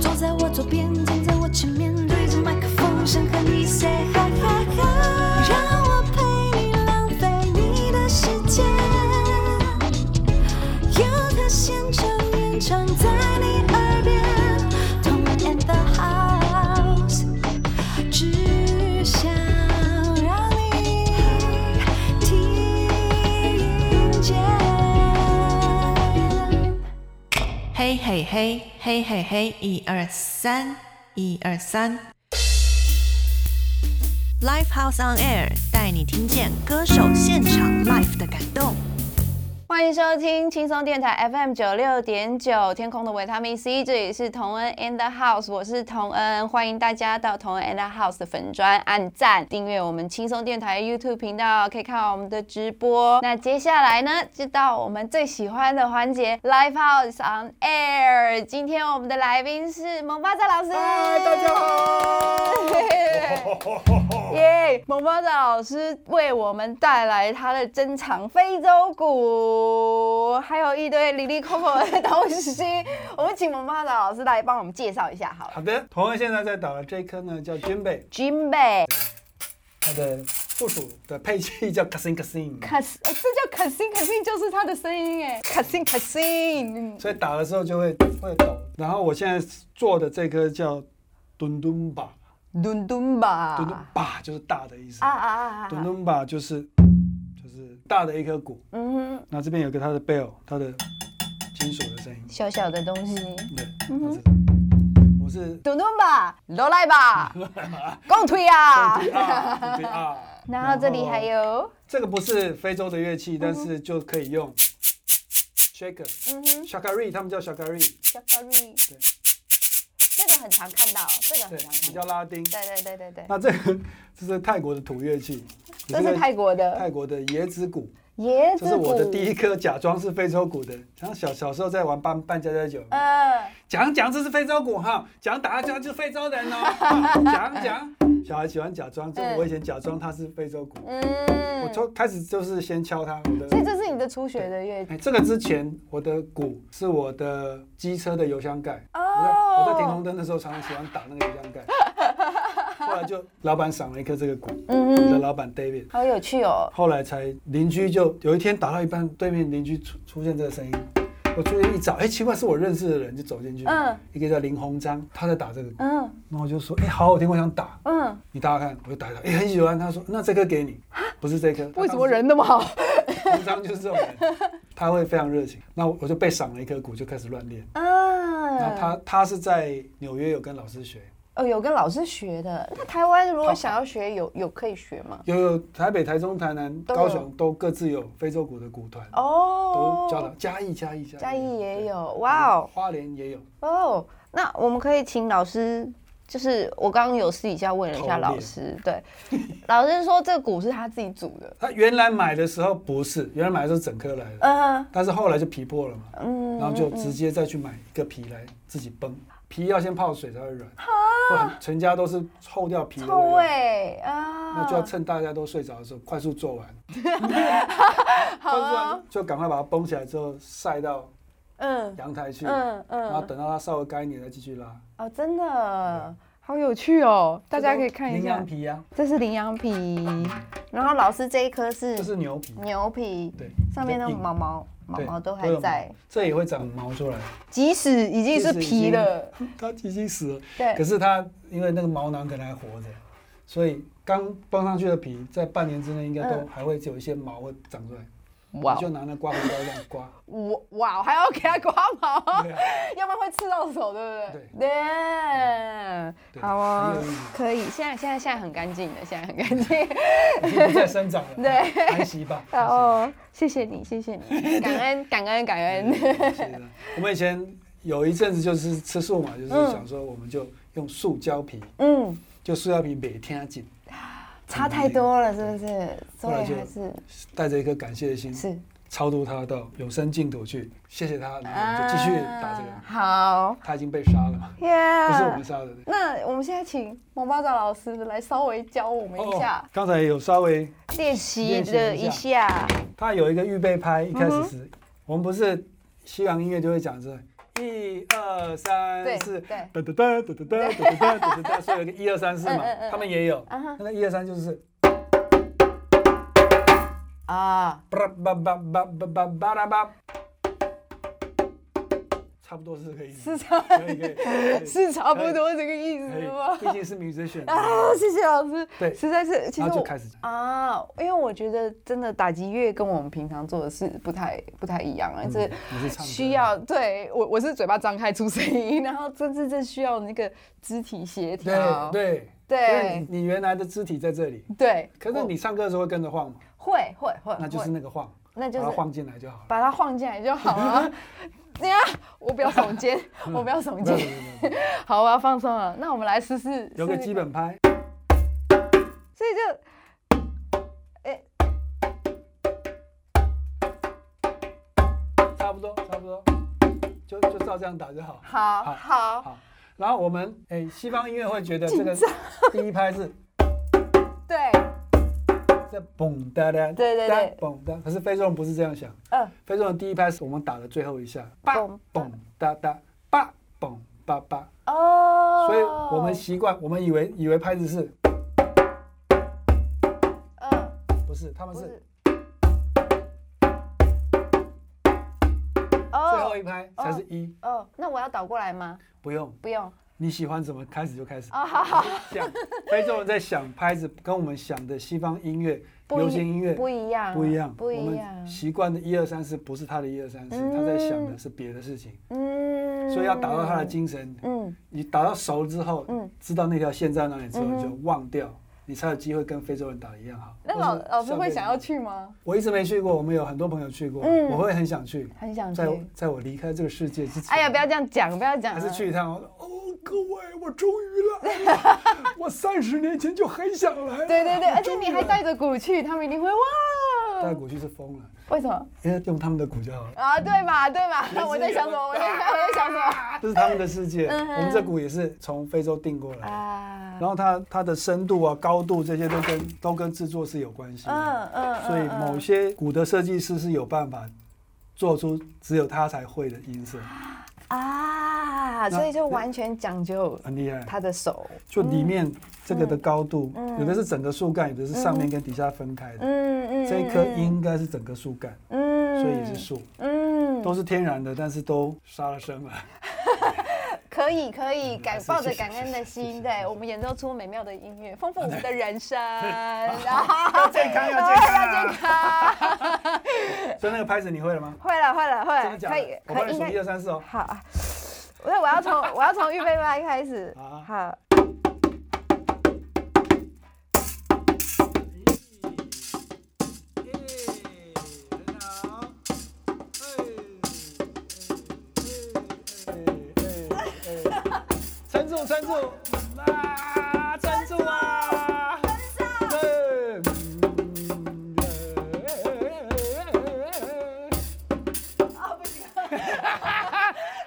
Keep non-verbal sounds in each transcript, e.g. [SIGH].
坐在我左边，站在我前面，对着麦克风，想和你 say hi hi hi，让我陪你浪费你的时间。有个现场演唱在你耳边，同我 and the house，只想让你听见。嘿嘿嘿嘿嘿嘿，一二三，一二三。Live House on Air 带你听见歌手现场 live 的感动。欢迎收听轻松电台 FM 九六点九，天空的维他命 C，这里是童恩 and the house，我是童恩，欢迎大家到童恩 and the house 的粉砖按赞、订阅我们轻松电台 YouTube 频道，可以看到我们的直播。那接下来呢，就到我们最喜欢的环节 Live House on Air。今天我们的来宾是蒙巴扎老师，嗨，大家好。 [LAUGHS] 耶！蒙巴的老师为我们带来他的珍藏非洲鼓，还有一堆里里扣扣的东西。 [LAUGHS] 我们请蒙巴的老师来帮我们介绍一下好了。好的，同恩现在在打的这一颗呢叫军贝，军贝，它的附属的配器 [LAUGHS] 叫 kasin kasin，卡斯，哎，这叫卡辛卡辛，就是他的声音哎，卡辛卡辛。所以打的时候就会会抖。然后我现在做的这颗叫墩墩吧，墩墩吧，墩墩吧就是大的意思啊，啊啊啊墩！墩吧就是就是大的一颗鼓。嗯哼，那这边有个它的 bell，它的金属的声音，小小的东西，对，嗯它是我是墩墩吧，罗来 [LAUGHS] 吧，共推啊。哦对啊对啊，然后这里还有，这个不是非洲的乐器，但是就可以用 shaker、嗯哼。 shakari，他们叫 shakari，小高丽，这个很常看到，这个对很，比常较看到。拉丁。对对对对对，那这个这是泰国的土乐器，这是泰国的泰国的椰子鼓，椰这子是鼓。我的第一颗假装是非洲鼓的。然后小小时候在玩扮扮家家酒，嗯，讲讲这是非洲鼓哈，讲打家就是非洲 [LAUGHS] 人哦，讲讲小孩喜欢假装，这嗯我以前假装它是非洲鼓，我嗯，从开始就是先敲它我所以的。这是你的初学的乐器哎，这个之前我的鼓是我的机车的油箱盖，我在我在停红哦。灯的时候常常喜欢打那个油箱盖， [LAUGHS] 后来就老板赏了一颗这个鼓，嗯我的哼，老板 David，好有趣哦。后来才邻居就有一天打到一半，对面邻居出出现这个声音，我出去一找，哎、奇怪是我认识的人，就走进去，嗯一个叫林鸿章，他在打这个鼓，嗯然后我就说，哎、好好听，我想打，嗯，你打打看，我就打一打，哎、很喜欢，他说那这颗给 [LAUGHS] 你，不是这颗，为什么人那么好？鸿章就是这种人，他会非常热情，那我就被赏了一颗鼓，就开始乱练，嗯，那他他是在纽约有跟老师学。哦有跟老师学的。那台湾如果想要学，有有可以学吗？有有台北、台中、台南、都有高雄都各自有非洲鼓的鼓团，都教哦了，嘉义、嘉义、嘉义也对有，哇哦。花莲也有，哦，那我们可以请老师，就是我刚刚有私底下问了一下老师，对， [LAUGHS] 老师说这鼓是他自己组的，他原来买的时候不是，原来买的时候整颗来的，嗯但是后来就皮破了嘛，嗯，然后就直接再去买一个皮来自己崩，皮要先泡水才会软，不然全家都是臭掉皮的臭味道。味啊，那就要趁大家都睡着的时候快速做完，快速做啊完就赶快把它绷起来之后晒到嗯阳台去，嗯然后嗯，等到它稍微干一点再继续拉。哦，真的好有趣哦，大家可以看一嗯羚下羊，皮啊呀、这是羚羊皮，然后老师这一颗这是是牛皮，牛皮，对，上面的比较硬毛毛毛对毛都有还毛在，这也会长毛出来。即使已经是即使已皮经了，它已经死了，对可，是它因为那个毛囊可能还活着，所以刚绷上去的皮，在半年之内应该都还会有一些毛会长出来。嗯哇哦你就拿那刮胡刀这样刮，我哇，哦还要给它刮毛，对啊 [LAUGHS] 要不然会刺到手，对不对？对，嗯对好啊很有意义，可以。现在现在现在很干净的，现在很干净。 [LAUGHS] 已经不再生长了。 [LAUGHS] 对，安息吧。好哦，谢谢你，谢谢你，感恩感恩感安息恩。吧是的我们以前有一阵子就是吃素嘛，就是嗯想说我们就用塑胶皮，嗯，就塑胶皮每天紧，差太多了，是不是？所后来以就还是带着一颗感谢的心，是超度他到永生净土去，谢谢他，然后就继续打这个人啊。好，他已经被杀了嘛，耶、不是我们杀的。那我们现在请萌巴掌老师来稍微教我们一下哦刚才有稍微，练习练习了一一下，他有一个预备拍，一开始是，嗯我们不是西洋音乐就会讲是一二对三四，对哒哒哒哒哒哒哒哒哒哒 [LAUGHS] 哒，所以有个一二三四嘛嗯嗯嗯，他们也有，嗯哼那个一二三就是啊，叭叭叭叭叭叭叭啦叭，差不多是这个意思，是差可以可以可 [LAUGHS] 以是差不多这个意可思吗以，？毕竟 [LAUGHS] 是 musician，啊，谢谢老师，对实在是，其实然后就我开始讲，啊，因为我觉得真的打击乐跟我们平常做的事不太不太一样，而是嗯你是唱歌需要对我我是嘴巴张开出声音， [LAUGHS] 然后这这这需要那个肢体协调，对对。因为对你你原来的肢体在这里，对，可是我你唱歌的时候会跟着晃嘛，会会会，那就是会那个晃，那就把它是晃进来就好了。把它晃进来就好 [LAUGHS] 了。等一下，我不要耸肩，我不要耸没有肩。没有没有没有好，我要放松了。那我们来试试，有个试试基本拍，所以就，哎、差不多差不多，就就照这样打就好。好好好好，然后我们哎，西方音乐会觉得这个紧第一拍是对，在嘣哒哒，对对对哒，嘣哒。可是非洲人不是这样想，嗯，非洲人第一拍是我们打的最后一下，叭嘣嘣哒哒，叭嘣叭叭。哦，所以我们习惯，我们以为以为拍子是嗯，不是？他们不是是，最后哦一拍才是一，哦，那我要倒过来吗？不用。不用，你喜欢怎么开始就开始哦，好好，想。非洲人在想拍子，跟我们想的西方音乐、不一流行音乐不一样，啊不一样。啊不我一们样，习惯的一二三四不是他的一二三四，他在想的是别的事情，嗯所以要达到他的，精神。嗯，你打到熟之后嗯，知道那条线在哪里之后，嗯你就忘掉，你才有机会跟非洲人打的一样好。那或老是老师上辈会子想要？去吗？我一直没去过，我们有很多朋友去过，嗯我会很想去。很想去在。我在我离开这个世界之前，哎呀，不要这样讲，不要讲还了，是去一趟。我说哦，各位，我终于来 [LAUGHS] 了，我三十年前就很想来了。对对对，我而且终于你还来带着鼓去，他们一定会了带哇！鼓去是疯了，为什么因为用他们的鼓就好了，啊？对嘛对嘛，是我在想什么？我在想我在想什 [LAUGHS] 么？这是他们的世界。嗯哼我们这鼓也是从非洲订过来的，啊，然后它它的深度啊、高度这些都跟都跟制作是有关系的，嗯嗯，所以某些鼓的设计师是有办法做出只有他才会的音色，啊，所以就完全讲究很厉害。他的手，就里面这个的高度，嗯有的是整个树干，有的是上面跟底下分开的。嗯嗯，这一颗应该是整个树干，嗯，嗯所以也是，树，嗯，都是天然的，但是都杀了生了。可以可以，感是抱着是感是恩的是是心，是对是我们演奏出美妙的音乐，丰富我们的人生，要要健康，要要健 [LAUGHS] 健康。康， [LAUGHS] 所以那个拍子你会了吗？会了会了会真的了，假可以的？我可帮以，你应数该一二三四哦。好啊，那我要从我要从预备麦开始。好啊好，撑住，撑住！啊，撑住啊！撑住！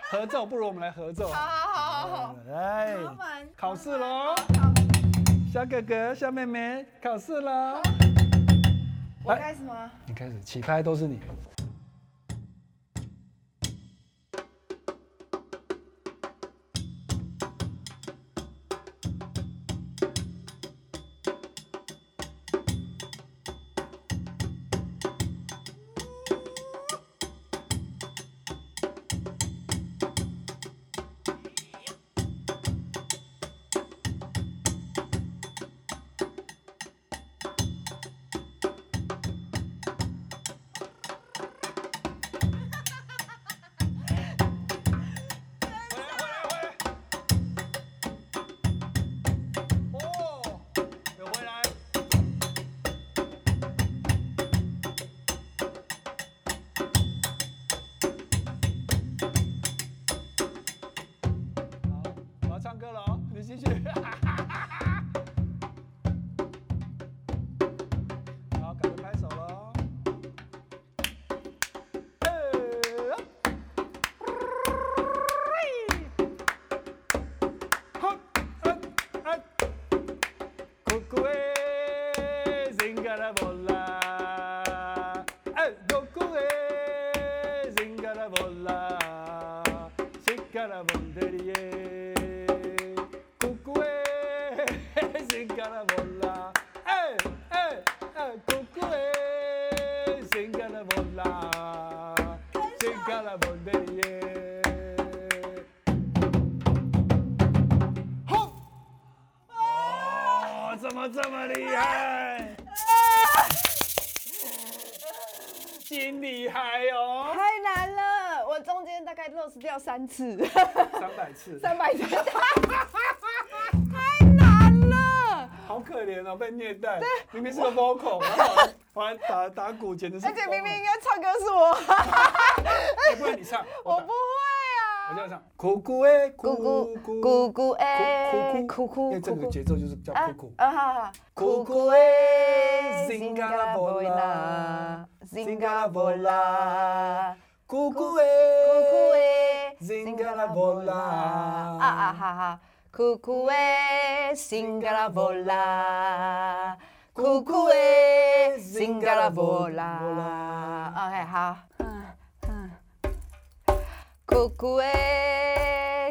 合奏，不如我们来合奏。好好好好，来，烦考试喽！小哥哥、小妹妹，考试喽！我开始吗？你开始起拍都是你。啊！哦哦 [LAUGHS] 卡拉蒙德里耶，咕咕哎，辛卡拉蒙啦，哎哎哎，咕咕哎，辛卡拉蒙啦，辛卡拉蒙德里耶。吼！哦，怎么这么厉害？真厉害哦！太难了，我中间大概 lost 掉三次，三百次，三百次，太难了。好可怜哦，被虐待。明明是个 vocal，然后玩打打鼓，简直是而疯了。且明明啊应该唱歌是我， [LAUGHS] 哎不然你唱，我打不会啊。我这样唱，哭哭哎，咕哭咕哭咕哭咕哎，哭哭哭哭因为哭整个哭节奏就是叫啊哭哭。啊哈哈，咕咕哎新加坡啦新加坡啦，哭哭咕咕哎，哎，新加坡啦啊啊哈哈，咕咕哎，新加坡啦，咕咕哎，新加坡啦。OK，好，嗯嗯。Cucue,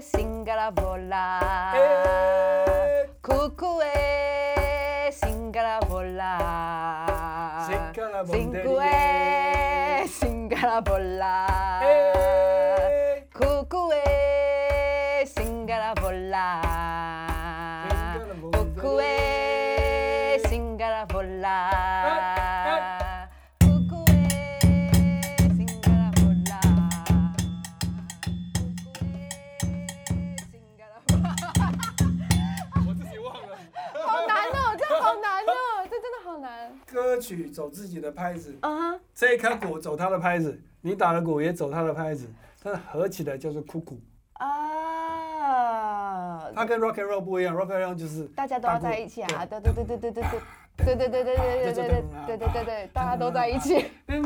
singala 啊 Eh. vola. Cucue, singala vola. Singala Singala bonderie. singala vola. 哎， Cucue, singala vola. Singala bonderie. Cucue, singala vola. Ah, Cucue, singala vola. Cucue, singala vola. 啊我自己忘了。好难哦，这好难哦，这真的好难。歌曲走自己的拍子，啊哈，这一颗鼓走它的拍子，你打的鼓也走它的拍子，但是合起来叫做哭哭。啊，它跟 rock and roll 不一样，rock and roll 就是大家都要在一起啊！对对对对对对对。对对对对对对对对对对对，大家都在一起。但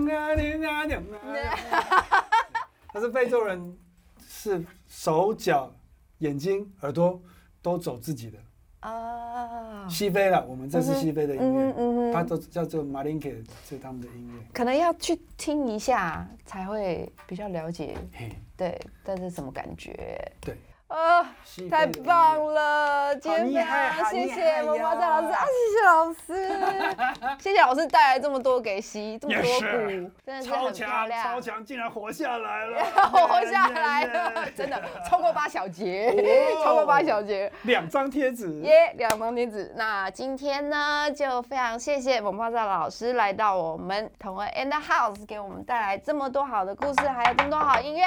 是非洲人是手脚、眼睛、耳朵都走自己的。啊，西非啦，我们这是西非的音嗯哼嗯哼乐，它都叫做 malinke，是他们的音乐。可能要去听一下才会比较了解，嘿，对，这是什么感觉？对，啊，西非的太音乐棒！了！今天非常谢谢萌萌赞老师啊，谢谢 [LAUGHS] 老师，谢谢老师带来这么多给西，这么多鼓，真的是超很漂强，超亮，，强，竟然活下来了 [LAUGHS] 活下来了， [LAUGHS] 真的哦超过八小节，超过八小节。两张贴纸。耶，两方天子。那今天呢，就非常谢谢萌爆炸老师来到我们同恩 and house，给我们带来这么多好的故事，还有这么多好音乐。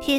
贴